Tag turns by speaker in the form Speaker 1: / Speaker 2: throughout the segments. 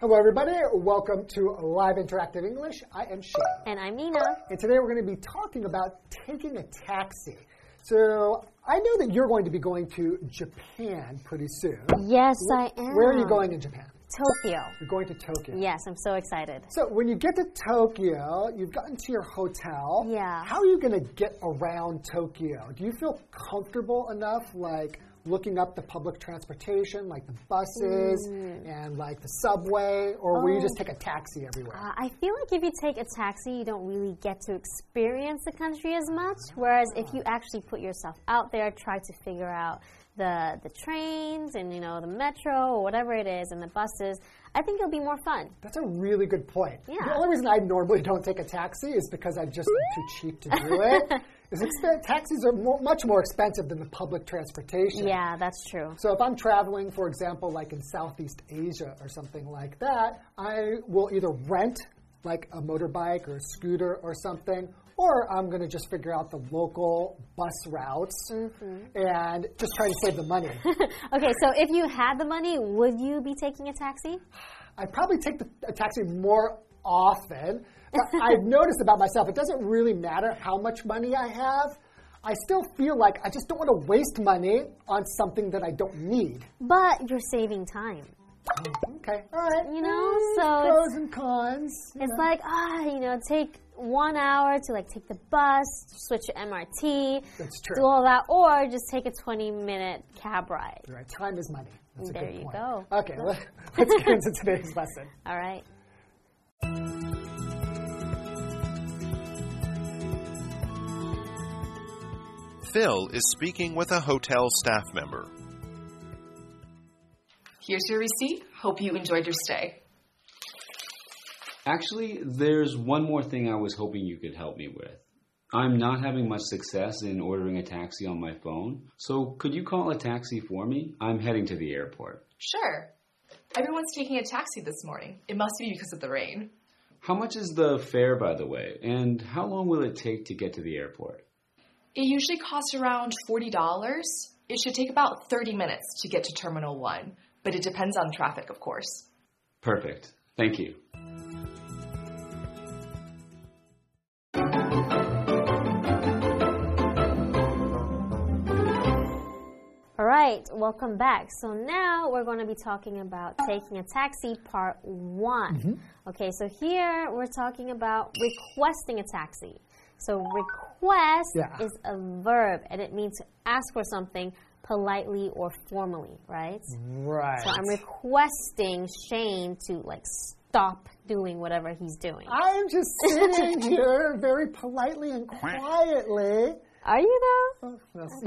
Speaker 1: Hello, everybody. Welcome to Live Interactive English. I am Shane.
Speaker 2: And I'm Nina.
Speaker 1: And today we're going to be talking about taking a taxi. So I know that you're going to be going to Japan pretty soon.
Speaker 2: Yes, I am.
Speaker 1: Where are you going in Japan?
Speaker 2: Tokyo.
Speaker 1: You're going to Tokyo.
Speaker 2: Yes, I'm so excited.
Speaker 1: So when you get to Tokyo, you've gotten to your hotel.
Speaker 2: Yeah.
Speaker 1: How are you going to get around Tokyo? Do you feel comfortable enough, like looking up the public transportation, like the buses and like the subway, or will you just take a taxi everywhere?
Speaker 2: Uh, I feel like if you take a taxi, you don't really get to experience the country as much. Whereas if you actually put yourself out there, try to figure out the the trains and you know the metro or whatever it is and the buses, I think it'll be more fun.
Speaker 1: That's a really good point. The
Speaker 2: Yeah.
Speaker 1: only reason I normally don't take a taxi is because I'm just too cheap to do it. Is expen- taxis are more, much more expensive than the public transportation.
Speaker 2: Yeah, that's true.
Speaker 1: So if I'm traveling, for example, like in Southeast Asia or something like that, I will either rent like a motorbike or a scooter or something, or I'm going to just figure out the local bus routes
Speaker 2: Mm-hmm.
Speaker 1: and just try to save the money.
Speaker 2: Okay, so if you had the money, would you be taking a taxi?
Speaker 1: I probably take the, a taxi more often. But I've noticed about myself, it doesn't really matter how much money I have. I still feel like I just don't want to waste money on something that I don't need.
Speaker 2: But you're saving time,
Speaker 1: Okay, all right. Mm,
Speaker 2: you know. So it's-
Speaker 1: Pros and cons. you
Speaker 2: It's
Speaker 1: know.
Speaker 2: like, ah, you know, take one hour to like take the bus, switch to MRT,
Speaker 1: That's true.
Speaker 2: do all that, or just take a 20 minute cab ride.
Speaker 1: Right, Time is money. That's a
Speaker 2: There
Speaker 1: good
Speaker 2: you
Speaker 1: point.
Speaker 2: go.
Speaker 1: Okay, let, let's get into today's lesson.
Speaker 2: All right.
Speaker 3: Phil is speaking with a hotel staff member.
Speaker 4: Here's your receipt. Hope you enjoyed your stay.
Speaker 5: Actually, there's one more thing I was hoping you could help me with. I'm not having much success in ordering a taxi on my phone, so could you call a taxi for me? I'm heading to the airport.
Speaker 4: Sure. Everyone's taking a taxi this morning. It must be because of the rain.
Speaker 5: How much is the fare, by the way, and how long will it take to get to the airport?
Speaker 4: It usually costs around $40. It should take about 30 minutes to get to Terminal 1, but it depends on traffic, of course.
Speaker 5: Perfect. Thank you.
Speaker 2: All right, welcome back. So now we're going to be talking about taking a taxi part one.
Speaker 1: Mm-hmm.
Speaker 2: Okay, so here we're talking about requesting a taxi. So request
Speaker 1: Yeah.
Speaker 2: is a verb and it means to ask for something politely or formally, right?
Speaker 1: Right.
Speaker 2: So I'm requesting Shane to like stop doing whatever he's doing.
Speaker 1: I'm just sitting here very politely and quietly.
Speaker 2: Are you though?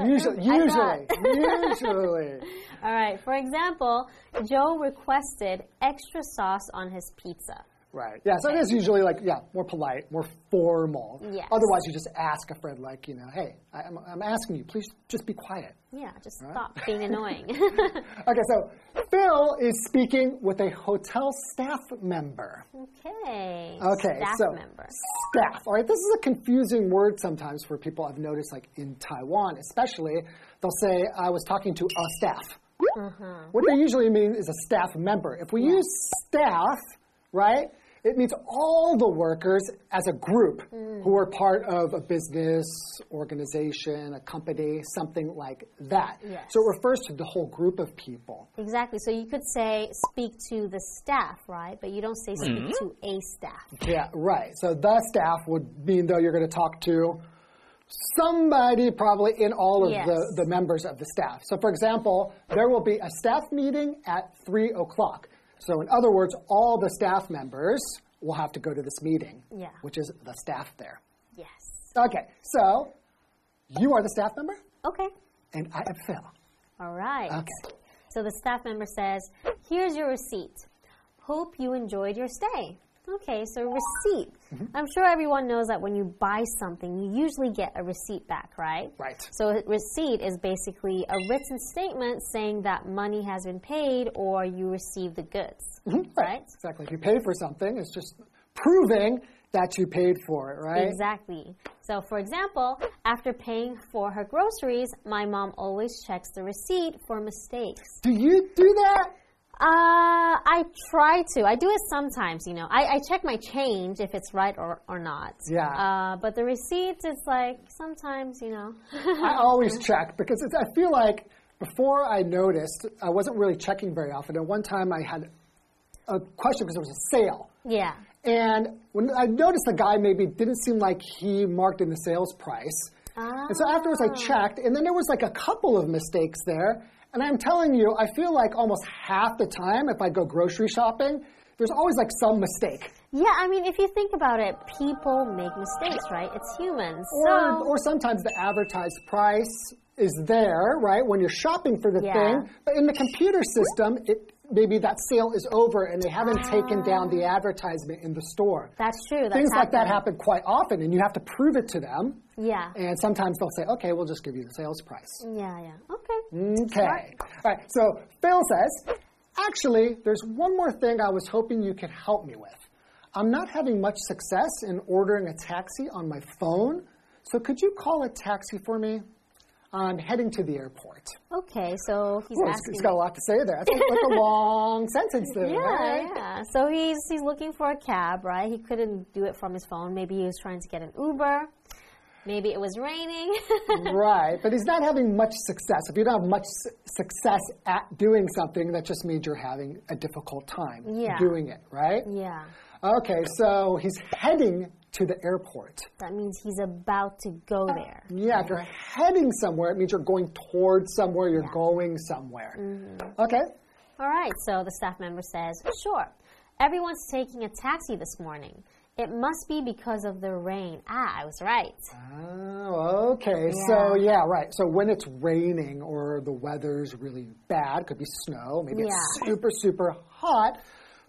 Speaker 1: Usually,
Speaker 2: I
Speaker 1: usually,
Speaker 2: thought-
Speaker 1: usually.
Speaker 2: All right. For example, Joe requested extra sauce on his pizza.
Speaker 1: Right. Yeah, so it is usually like, yeah, more polite, more formal.
Speaker 2: Yes.
Speaker 1: Otherwise, you just ask a friend, like, you know, hey, I, I'm, I'm asking you, please just be quiet.
Speaker 2: Yeah, just stop being annoying.
Speaker 1: Okay, so Phil is speaking with a hotel staff member.
Speaker 2: okay.
Speaker 1: Okay,
Speaker 2: Staff
Speaker 1: so-
Speaker 2: member.
Speaker 1: staff. All right, this is a confusing word sometimes for people I've noticed, like in Taiwan especially. They'll say, I was talking to a staff. What they usually mean is a staff member. If we use staff, right, it means all the workers as a group who are part of a business, organization, a company, something like that.
Speaker 2: Yes.
Speaker 1: So it refers to the whole group of people.
Speaker 2: Exactly. So you could say speak to the staff, right? But you don't say speak
Speaker 1: Mm-hmm.
Speaker 2: to a staff.
Speaker 1: Yeah, right. So the staff would mean though you're going to talk to somebody probably in all of
Speaker 2: Yes.
Speaker 1: the, the members of the staff. So for example, there will be a staff meeting at three o'clock. So in other words, all the staff members will have to go to this meeting.
Speaker 2: Yeah.
Speaker 1: Which is the staff there.
Speaker 2: Yes.
Speaker 1: Okay, so you are the staff member
Speaker 2: Okay.
Speaker 1: and I am Phil.
Speaker 2: All right.
Speaker 1: Okay.
Speaker 2: So the staff member says, Here's your receipt. Hope you enjoyed your stay. Okay, so receipt.
Speaker 1: Mm-hmm.
Speaker 2: I'm sure everyone knows that when you buy something, you usually get a receipt back, right?
Speaker 1: Right.
Speaker 2: So a receipt is basically a written statement saying that money has been paid
Speaker 1: Mm-hmm.
Speaker 2: or you received the goods, right?
Speaker 1: Exactly. If you pay for something, it's just proving that you paid for it, right?
Speaker 2: Exactly. So, for example, after paying for her groceries, my mom always checks the receipt for mistakes.
Speaker 1: Do you do that?
Speaker 2: Uh, I try to. I do it sometimes, you know. I, I check my change if it's right or, or not.
Speaker 1: Yeah.
Speaker 2: Uh, but the receipt is like sometimes, you know.
Speaker 1: I always check because it's, I feel like before I noticed, I wasn't really checking very often. And one time I had a question because there was a sale.
Speaker 2: yeah.
Speaker 1: And when I noticed the guy maybe didn't seem like he marked in the sales price. And so afterwards I checked, and then there was like a couple of mistakes there. And I'm telling you, I feel like almost half the time if I go grocery shopping, there's always like some mistake.
Speaker 2: Yeah, I mean, if you think about it, people make mistakes, right? It's humans.
Speaker 1: Or,
Speaker 2: so,
Speaker 1: or sometimes the advertised price is there, right, when you're shopping for the
Speaker 2: Yeah.
Speaker 1: thing, but in the computer system, it maybe that sale is over and they haven't taken down the advertisement in the store.
Speaker 2: that's true. Ah. That's
Speaker 1: Things like that happen
Speaker 2: happened.
Speaker 1: quite often, and you have to prove it to them.
Speaker 2: Yeah.
Speaker 1: And sometimes they'll say, okay, we'll just give you the sales price.
Speaker 2: Yeah, yeah. Okay.
Speaker 1: Mm. Okay. All right, so Phil says, actually, there's one more thing I was hoping you could help me with. I'm not having much success in ordering a taxi on my phone, so could you call a taxi for me? I'm heading to the airport.
Speaker 2: Okay, so he's
Speaker 1: Well, he's-
Speaker 2: asking.
Speaker 1: he's got a lot to say there. That's like, like a long sentence there.
Speaker 2: yeah,
Speaker 1: right?
Speaker 2: yeah. So he's he's looking for a cab, right? He couldn't do it from his phone. Maybe he was trying to get an Uber. Maybe it was raining.
Speaker 1: Right, but he's not having much success. If you don't have much su- success at doing something, that just means you're having a difficult time
Speaker 2: Yeah.
Speaker 1: doing it, right?
Speaker 2: yeah.
Speaker 1: Okay, so he's heading to the airport.
Speaker 2: That means he's about to go there.
Speaker 1: Yeah, if you're heading somewhere, it means you're going towards somewhere, you're going somewhere. Okay,
Speaker 2: All right, so the staff member says, Sure, everyone's taking a taxi this morning. It must be because of the rain. Ah, I was right.
Speaker 1: Oh, okay. So yeah, right. So when it's raining or the weather's really bad, could be snow, maybe it's
Speaker 2: Yeah.
Speaker 1: super super hot.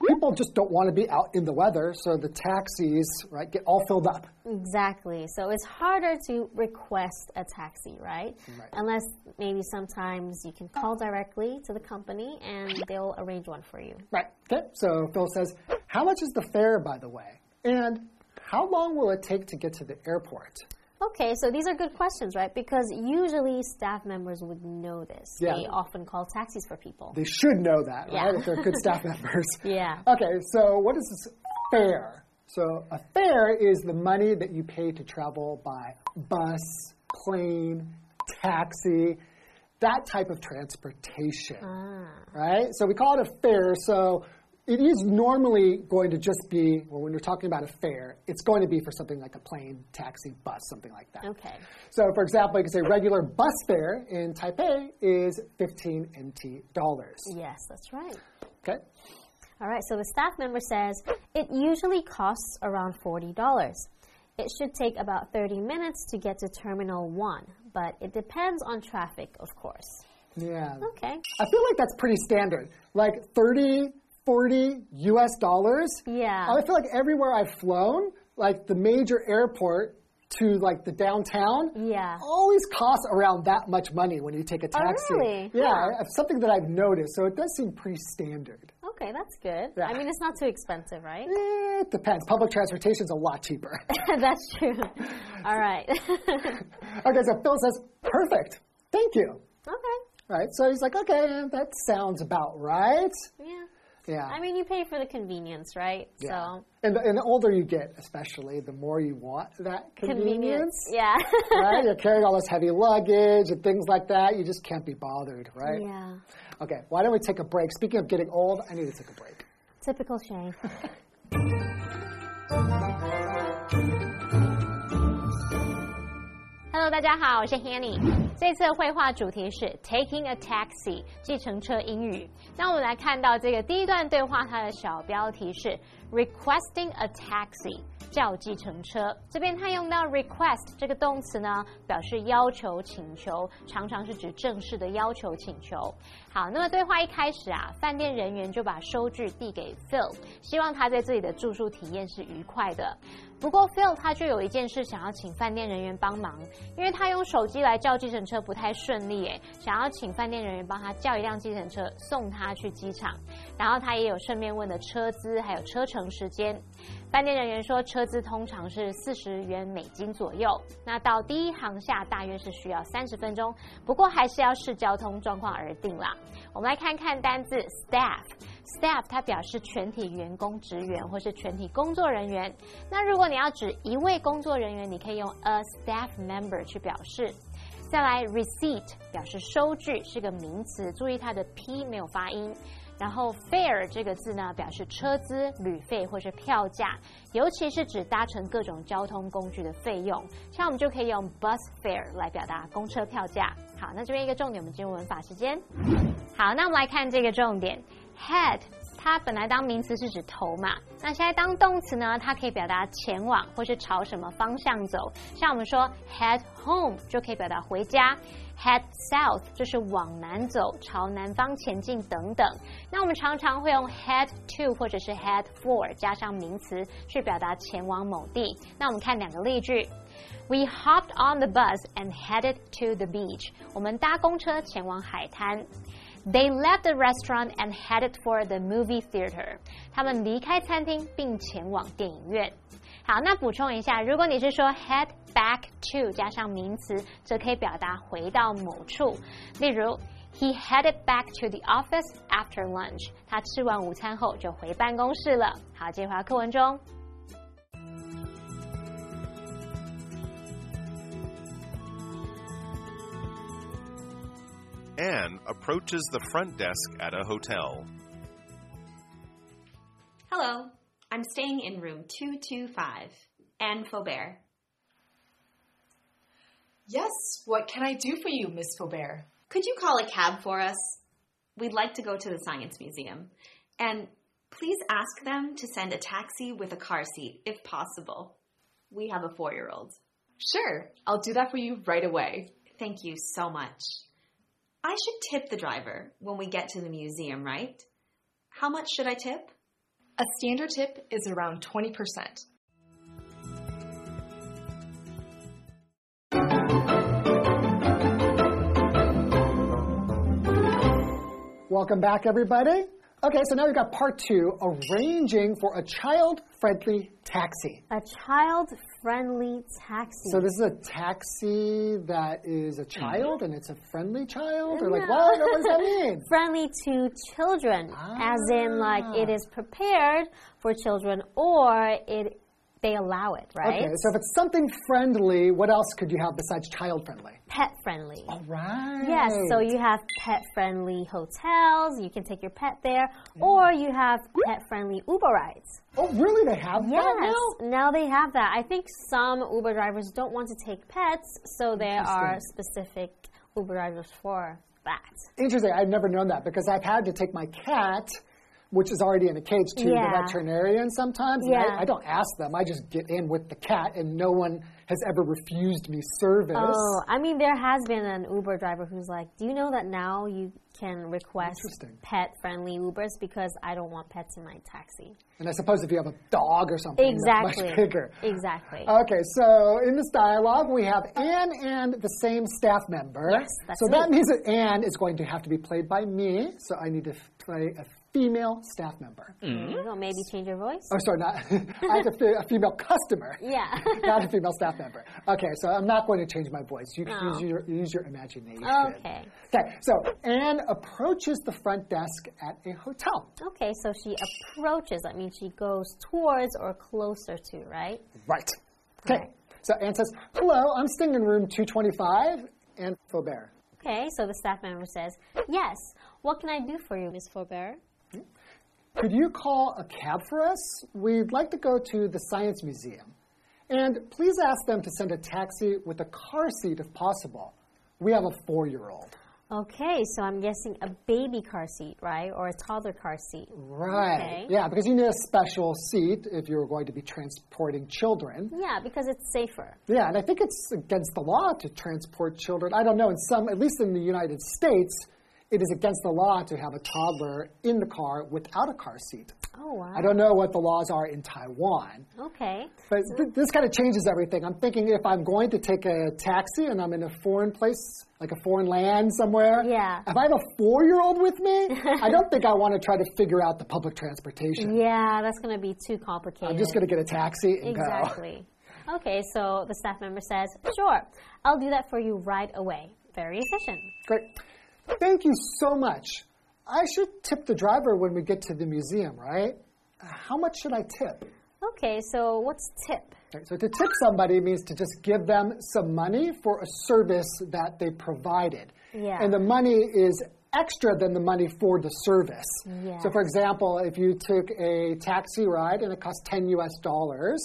Speaker 1: People just don't want to be out in the weather, so the taxis, right, get all filled up.
Speaker 2: Exactly. So it's harder to request a taxi, right? Unless maybe sometimes you can call directly to the company and they'll arrange one for you.
Speaker 1: Right. Okay. So Phil says, "How much is the fare, by the way? And how long will it take to get to the airport?"
Speaker 2: Okay, so these are good questions, right? Because usually staff members would know this.
Speaker 1: Yeah.
Speaker 2: They often call taxis for people.
Speaker 1: They should know that,
Speaker 2: Yeah.
Speaker 1: right? If they're good staff members.
Speaker 2: Yeah.
Speaker 1: Okay. So what is this fare? So a fare is the money that you pay to travel by bus, plane, taxi, that type of transportation,
Speaker 2: Ah.
Speaker 1: right? So we call it a fare. So it is normally going to just be, well, when you're talking about a fare, it's going to be for something like a plane, taxi, bus, something like that.
Speaker 2: Okay.
Speaker 1: So, for example, you can say regular bus fare in Taipei is 15 NT dollars.
Speaker 2: Yes, that's right.
Speaker 1: Okay?
Speaker 2: All right, so the staff member says it usually costs around $40. It should take about 30 minutes to get to Terminal 1, but it depends on traffic, of course.
Speaker 1: Yeah.
Speaker 2: Okay.
Speaker 1: I feel like that's pretty standard. Like 30, 40 US dollars.
Speaker 2: Yeah.
Speaker 1: I feel like everywhere I've flown, like the major airport to like the downtown,
Speaker 2: Yeah.
Speaker 1: always costs around that much money when you take a taxi.
Speaker 2: really?
Speaker 1: Yeah,
Speaker 2: Huh.
Speaker 1: it's something that I've noticed. So it does seem pretty standard.
Speaker 2: Okay, that's good.
Speaker 1: Yeah.
Speaker 2: I mean, it's not too expensive, right?
Speaker 1: It depends. Public transportation's a lot cheaper.
Speaker 2: that's true. All right.
Speaker 1: okay, so Phil says, perfect. Thank you.
Speaker 2: okay.
Speaker 1: Right? So he's like, okay, that sounds about right.
Speaker 2: Yeah.
Speaker 1: Yeah.
Speaker 2: I mean, you pay for the convenience, right?
Speaker 1: Yeah.
Speaker 2: So
Speaker 1: And the, and the older you get, especially, the more you want that convenience.
Speaker 2: Yeah.
Speaker 1: right? You're carrying all this heavy luggage and things like that. You just can't be bothered, right?
Speaker 2: yeah.
Speaker 1: Okay, why don't we take a break? Speaking of getting old, I need to take a break.
Speaker 2: Typical Shane.
Speaker 6: Hello，大家好，我是 Hanny。这次的绘画主题是 Taking a Taxi，计程车英语。那我们来看到这个第一段对话，它的小标题是 Requesting a Taxi，叫计程车。这边它用到 request 这个动词呢，表示要求、请求，常常是指正式的要求、请求。好，那么对话一开始啊，饭店人员就把收据递给 Phil，希望他在这里的住宿体验是愉快的。不过 Phil 他就有一件事想要请饭店人员帮忙，因为他用手机来叫计程车不太顺利，诶，想要请饭店人员帮他叫一辆计程车送他去机场。然后他也有顺便问了车资还有车程
Speaker 2: 等时间。饭店人员说，车资通常是四十元美金左右，那到第一航厦大约是需要三十分钟，不过还是要视交通状况而定啦。我们来看看单字 staff，staff 它表示全体员工、职员或是全体工作人员。那如果你要指一位工作人员，你可以用 a staff member 去表示。再来，receipt 表示收据，是个名词，注意它的 p 没有发音。然后，fare 这个字呢，表示车资、旅费或是票价，尤其是指搭乘各种交通工具的费用。像我们就可以用 bus fare 来表达公车票价。好，那这边一个重点，我们进入文法时间。好，那我们来看这个重点，head。它本来当名词是指头嘛，那现在当动词呢，它可以表达前往或是朝什么方向走。像我们说 head home 就可以表达回家，head south 就是往南走，朝南方前进等等。那我们常常会用 head to 或者是 head for 加上名词去表达前往某地。那我们看两个例句。We hopped on the bus and headed to the beach. 我们搭公车前往海滩。They left the restaurant and headed for the movie theater. 他们离开餐厅并前往电影院。好，那补充一下，如果你是说 head back to 加上名词，则可以表达回到某处。例如，He headed back to the office after lunch. 他吃完午餐后就回办公室了。好，接回到课文中。
Speaker 3: Anne approaches the front desk at a hotel.
Speaker 7: Hello, I'm staying in room 225. Anne Faubert.
Speaker 4: Yes, what can I do for you, Miss Faubert?
Speaker 7: Could you call a cab for us? We'd like to go to the Science Museum. And please ask them to send a taxi with a car seat, if possible. We have a four year old.
Speaker 4: Sure, I'll do that for you right away.
Speaker 7: Thank you so much. I should tip the driver when we get to the museum, right? How much should I tip?
Speaker 4: A standard tip is around 20%.
Speaker 1: Welcome back, everybody. Okay, so now we've got part two arranging for a child friendly taxi.
Speaker 8: A child friendly taxi.
Speaker 1: So this is a taxi that is a child
Speaker 2: Mm.
Speaker 1: and it's a friendly child? Or like,
Speaker 8: No.
Speaker 1: what? What does that mean?
Speaker 8: friendly to children, as in like it is prepared for children or it they allow it, right?
Speaker 1: Okay, so if it's something friendly, what else could you have besides child friendly?
Speaker 8: Pet friendly.
Speaker 1: Right.
Speaker 8: Yes, so you have pet friendly hotels, you can take your pet there, or you have pet friendly Uber rides.
Speaker 1: Oh, really? They have that
Speaker 8: Yes,
Speaker 1: now?
Speaker 8: now they have that. I think some Uber drivers don't want to take pets, so there are specific Uber drivers for that.
Speaker 1: Interesting. I've never known that because I've had to take my cat, which is already in a cage, to the
Speaker 8: Yeah.
Speaker 1: veterinarian sometimes. and
Speaker 8: Yeah.
Speaker 1: I, I don't ask them. I just get in with the cat, and no one has ever refused me service.
Speaker 8: Oh, I mean, there has been an Uber driver who's like, "Do you know that now you can request
Speaker 1: Interesting.
Speaker 8: pet-friendly Ubers because I don't want pets in my taxi."
Speaker 1: And I suppose if you have a dog or something, that's
Speaker 8: Exactly.
Speaker 1: much bigger. Um,
Speaker 8: Exactly.
Speaker 1: Okay, so in this dialogue, we have Anne and the same staff member.
Speaker 8: Yes, that's
Speaker 1: So that
Speaker 8: me.
Speaker 1: means that Anne is going to have to be played by me, so I need to f- play a female staff member.
Speaker 8: There you go. Maybe change your voice.
Speaker 1: Oh, sorry, not. I have to fe- a female customer.
Speaker 8: Yeah.
Speaker 1: not a female staff member. Okay, so I'm not going to change my voice. You can use your use your imagination.
Speaker 8: Okay.
Speaker 1: Okay, so Anne approaches the front desk at a hotel.
Speaker 8: Okay, so she approaches. That means she goes towards or closer to, right?
Speaker 1: Right. Okay. So Anne says, "Hello, I'm staying in room 225." Anne Faubert.
Speaker 8: Okay, so the staff member says, "Yes. What can I do for you, Miss Faubert?"
Speaker 1: Could you call a cab for us? We'd like to go to the Science Museum. And please ask them to send a taxi with a car seat if possible. We have a four year old.
Speaker 8: Okay, so I'm guessing a baby car seat, right, or a toddler car seat.
Speaker 1: Right.
Speaker 8: Okay.
Speaker 1: Yeah, because you need a special seat if you're going to be transporting children.
Speaker 8: Yeah, because it's safer.
Speaker 1: Yeah, and I think it's against the law to transport children. I don't know, in some, at least in the United States, it is against the law to have a toddler in the car without a car seat.
Speaker 2: Oh, wow.
Speaker 1: I don't know what the laws are in Taiwan,
Speaker 2: Okay.
Speaker 1: but th- this kind of changes everything. I'm thinking if I'm going to take a taxi and I'm in a foreign place, like a foreign land somewhere,
Speaker 2: Yeah.
Speaker 1: if I have a four year old with me, I don't think I want to try to figure out the public transportation.
Speaker 2: Yeah, that's going to be too complicated.
Speaker 1: I'm just going to get a taxi and go.
Speaker 2: Exactly. Okay, so the staff member says, Sure, I'll do that for you right away. Very efficient.
Speaker 1: Great. Thank you so much. I should tip the driver when we get to the museum, right? How much should I tip?
Speaker 2: Okay, so what's tip?
Speaker 1: Okay, So to tip somebody means to just give them some money for a service that they provided.
Speaker 2: Yeah.
Speaker 1: And the money is extra than the money for the service. So for example, if you took a taxi ride and it cost 10 US dollars,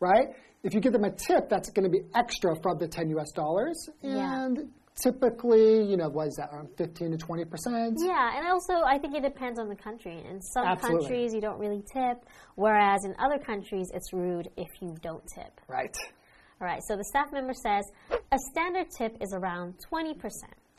Speaker 1: right? If you give them a tip, that's going to be extra from the 10 US dollars.
Speaker 2: Yeah.
Speaker 1: And typically, you know, what is that, around 15 to 20%?
Speaker 2: Yeah, and also I think it depends on the country. In some
Speaker 1: Absolutely.
Speaker 2: countries, you don't really tip, whereas in other countries, it's rude if you don't tip.
Speaker 1: Right.
Speaker 2: All right, so the staff member says, A standard tip is around 20%.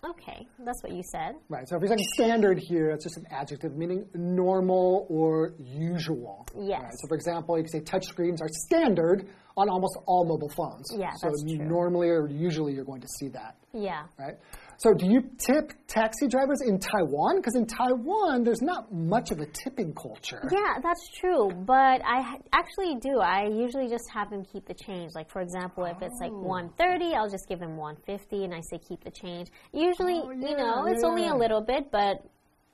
Speaker 2: Okay, that's what you said.
Speaker 1: Right. So if you're saying standard here, it's just an adjective meaning normal or usual.
Speaker 2: Yes.
Speaker 1: Right, So for example, you could say touchscreens are standard on almost all mobile phones.
Speaker 2: Yeah,
Speaker 1: So
Speaker 2: that's true.
Speaker 1: normally or usually you're going to see that.
Speaker 2: Yeah.
Speaker 1: Right. So do you tip taxi drivers in Taiwan? Because in Taiwan, there's not much of a tipping culture.
Speaker 2: Yeah, that's true. But I ha- actually do. I usually just have them keep the change. Like for example, if it's like one thirty, I'll just give them one fifty, and I say keep the change. Usually, you know, it's only a little bit, but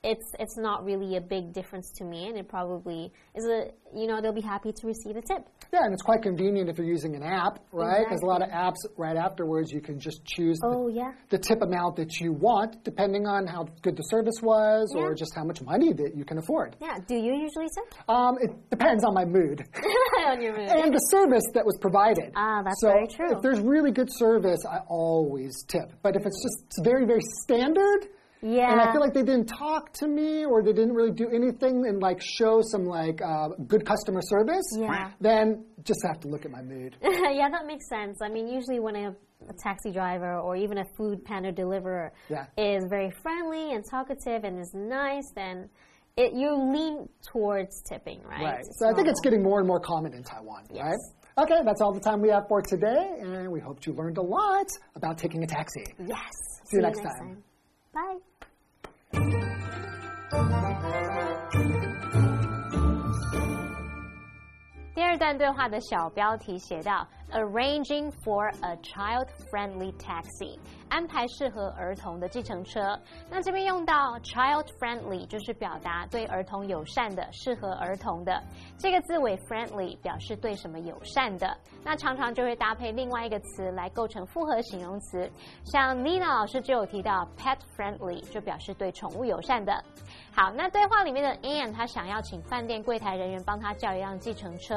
Speaker 2: it's it's not really a big difference to me, and it probably is a you know they'll be happy to receive a tip.
Speaker 1: Yeah, and it's quite convenient if you're using an app, right? Because a lot of apps, right afterwards, you can just choose the-
Speaker 2: Oh, yeah.
Speaker 1: the tip amount that you want, depending on how good the service was or
Speaker 2: Yeah.
Speaker 1: just how much money that you can afford.
Speaker 2: Yeah. Do you usually tip?
Speaker 1: Um, it depends on my mood
Speaker 2: On your mood.
Speaker 1: and the service that was provided.
Speaker 2: Ah, that's
Speaker 1: so
Speaker 2: very true.
Speaker 1: If there's really good service, I always tip. But if it's just it's very, very standard, and I
Speaker 2: Yeah.
Speaker 1: feel like they didn't talk to me or they didn't really do anything and like show some like uh, good customer service,
Speaker 2: Yeah.
Speaker 1: then just have to look at my mood.
Speaker 2: yeah, that makes sense. I mean, usually when a, a taxi driver or even a food panda deliverer
Speaker 1: Yeah.
Speaker 2: is very friendly and talkative and is nice, then it you lean towards tipping, right?
Speaker 1: Right. So I think
Speaker 2: Oh.
Speaker 1: it's getting more and more common in Taiwan, right? Okay, that's all the time we have for today, and we hope you learned a lot about taking a taxi.
Speaker 2: Yes.
Speaker 1: See you next time.
Speaker 2: Bye. Arranging for a child-friendly taxi，安排适合儿童的计程车。那这边用到 child-friendly，就是表达对儿童友善的、适合儿童的。这个字尾 friendly 表示对什么友善的，那常常就会搭配另外一个词来构成复合形容词。像 Nina 老师就有提到 pet friendly，就表示对宠物友善的。好，那对话里面的 Anne 她想要请饭店柜台人员帮她叫一辆计程车，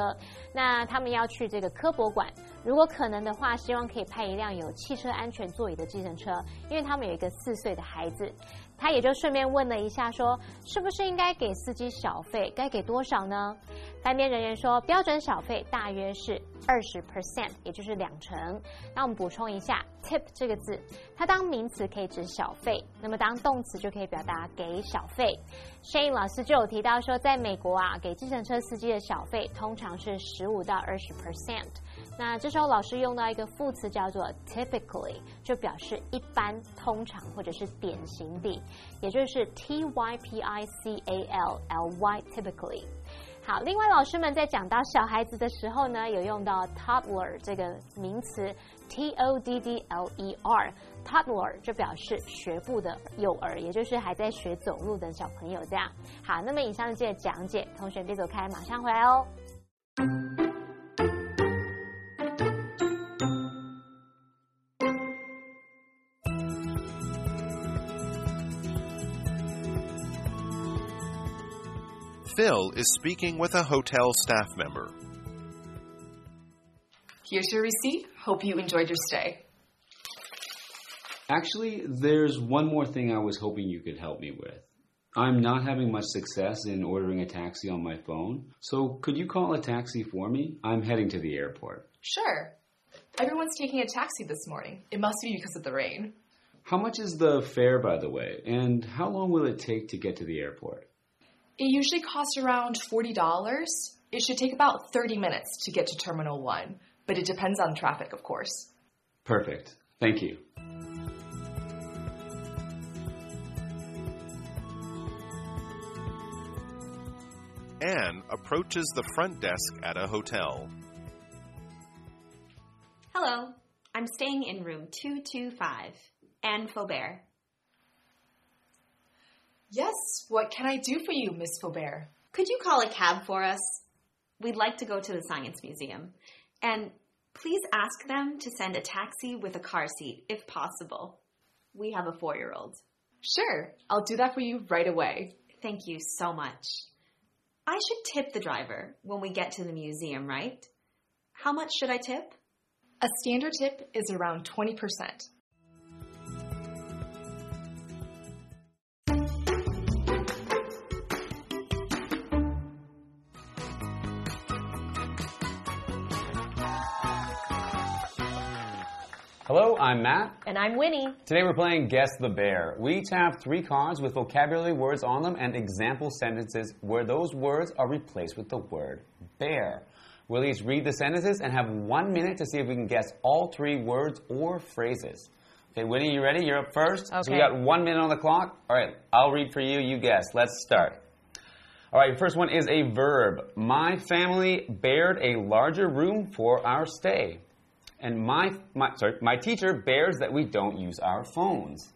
Speaker 2: 那他们要去这个科博馆，如果可能的话，希望可以派一辆有汽车安全座椅的计程车，因为他们有一个四岁的孩子。他也就顺便问了一下说是不是应该给司机小费？该给多少呢？饭店人员说，标准小费大约是二十 percent，也就是两成。那我们补充一下，tip 这个字，它当名词可以指小费，那么当动词就可以表达给小费。Shane 老师就有提到说，在美国啊，给计程车司机的小费通常是十五到二十 percent。那这时候老师用到一个副词叫做 typically，就表示一般、通常或者是典型地，也就是 t y p i c a l l y typically。好，另外老师们在讲到小孩子的时候呢，有用到 toddler 这个名词，t o d d l e r，toddler 就表示学步的幼儿，也就是还在学走路的小朋友这样。好，那么以上就是讲解，同学别走开，马上回来哦。
Speaker 3: Phil is speaking with a hotel staff member.
Speaker 4: Here's your receipt. Hope you enjoyed your stay.
Speaker 5: Actually, there's one more thing I was hoping you could help me with. I'm not having much success in ordering a taxi on my phone, so could you call a taxi for me? I'm heading to the airport.
Speaker 4: Sure. Everyone's taking a taxi this morning. It must be because of the rain.
Speaker 5: How much is the fare, by the way? And how long will it take to get to the airport?
Speaker 4: It usually costs around $40. It should take about 30 minutes to get to Terminal 1, but it depends on traffic, of course.
Speaker 5: Perfect. Thank you.
Speaker 3: Anne approaches the front desk at a hotel.
Speaker 7: Hello, I'm staying in room 225. Anne Faubert.
Speaker 4: Yes, what can I do for you, Miss Faubert?
Speaker 7: Could you call a cab for us? We'd like to go to the Science Museum. And please ask them to send a taxi with a car seat, if possible. We have a four year old.
Speaker 4: Sure, I'll do that for you right away.
Speaker 7: Thank you so much. I should tip the driver when we get to the museum, right? How much should I tip?
Speaker 4: A standard tip is around 20%.
Speaker 5: Hello, I'm Matt.
Speaker 2: And I'm Winnie.
Speaker 5: Today we're playing Guess the Bear. We each have three cards with vocabulary words on them and example sentences where those words are replaced with the word bear. We'll each read the sentences and have one minute to see if we can guess all three words or phrases. Okay, Winnie, you ready? You're up first. So we
Speaker 2: Okay.
Speaker 5: got one minute on the clock. All right, I'll read for you. You guess. Let's start. All right, first one is a verb. My family bared a larger room for our stay. And my, my sorry, my teacher bears that we don't use our phones.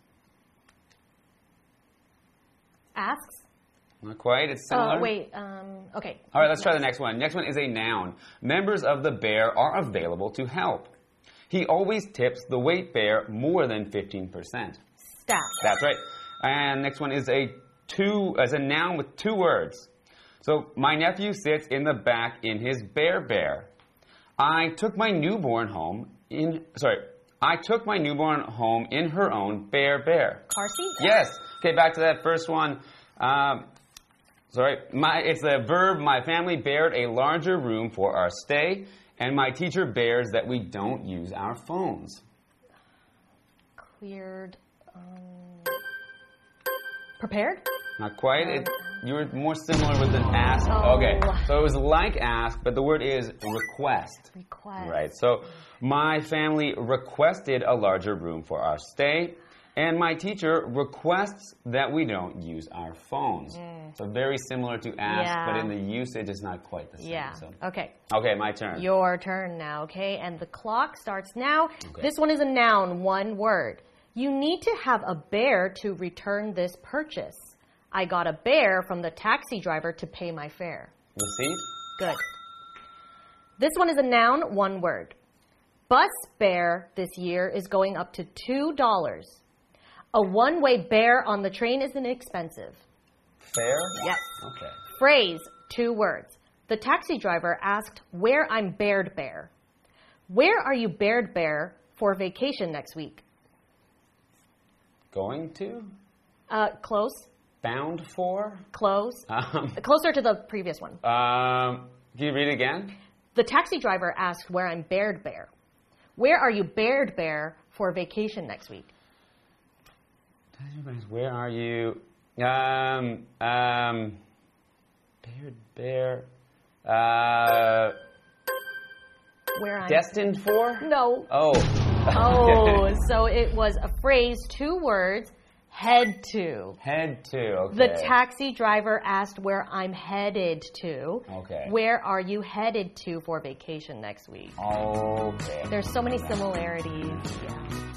Speaker 2: Asks.
Speaker 5: Not quite. It's
Speaker 2: Oh,
Speaker 5: similar.
Speaker 2: wait. Um, okay.
Speaker 5: All right, let's try the next one. Next one is a noun. Members of the bear are available to help. He always tips the weight bear more than 15%.
Speaker 2: Staff.
Speaker 5: That's right. And next one is a two as a noun with two words. So my nephew sits in the back in his bear bear. I took my newborn home in sorry, I took my newborn home in her own bear bear.
Speaker 2: Car seat.
Speaker 5: Yes. Okay, back to that first one. Um, sorry, my it's a verb. My family bared a larger room for our stay, and my teacher bears that we don't use our phones.
Speaker 2: Cleared. Um, prepared.
Speaker 5: Not quite. It, you were more similar with an ask.
Speaker 2: Oh.
Speaker 5: Okay, so it was like ask, but the word is request.
Speaker 2: Request.
Speaker 5: Right. So my family requested a larger room for our stay, and my teacher requests that we don't use our phones. So very similar to
Speaker 2: Mm.
Speaker 5: ask,
Speaker 2: Yeah.
Speaker 5: but in the usage, it's not quite the same.
Speaker 2: Yeah.
Speaker 5: So.
Speaker 2: Okay.
Speaker 5: Okay, my turn.
Speaker 2: Your turn now, okay? And the clock starts now.
Speaker 5: Okay.
Speaker 2: This one is a noun, one word. You need to have a bear to return this purchase. I got a bear from the taxi driver to pay my fare.
Speaker 5: Receipt.
Speaker 2: Good. This one is a noun, one word. Bus fare this year is going up to $2. A one way bear on the train is inexpensive.
Speaker 5: Fair.
Speaker 2: Yes.
Speaker 5: Okay.
Speaker 2: Phrase, two words. The taxi driver asked where I'm bared bear. Where are you bared bear for vacation next week?
Speaker 5: Going to.
Speaker 2: Uh, close,
Speaker 5: Bound for.
Speaker 2: close.
Speaker 5: Um,
Speaker 2: Closer to the previous one.
Speaker 5: um, can you read it again?
Speaker 2: The taxi driver asked where I'm bared bear. Where are you bared bear for vacation next week?
Speaker 5: Where are you? Um, um, bear, bear, uh,
Speaker 2: Where I'm
Speaker 5: destined for?
Speaker 2: No.
Speaker 5: Oh.
Speaker 2: Oh, so it was a phrase, two words, head to.
Speaker 5: Head to. Okay.
Speaker 2: The taxi driver asked where I'm headed to.
Speaker 5: Okay.
Speaker 2: Where are you headed to for vacation next week?
Speaker 5: Okay.
Speaker 2: There's so many similarities. Yeah.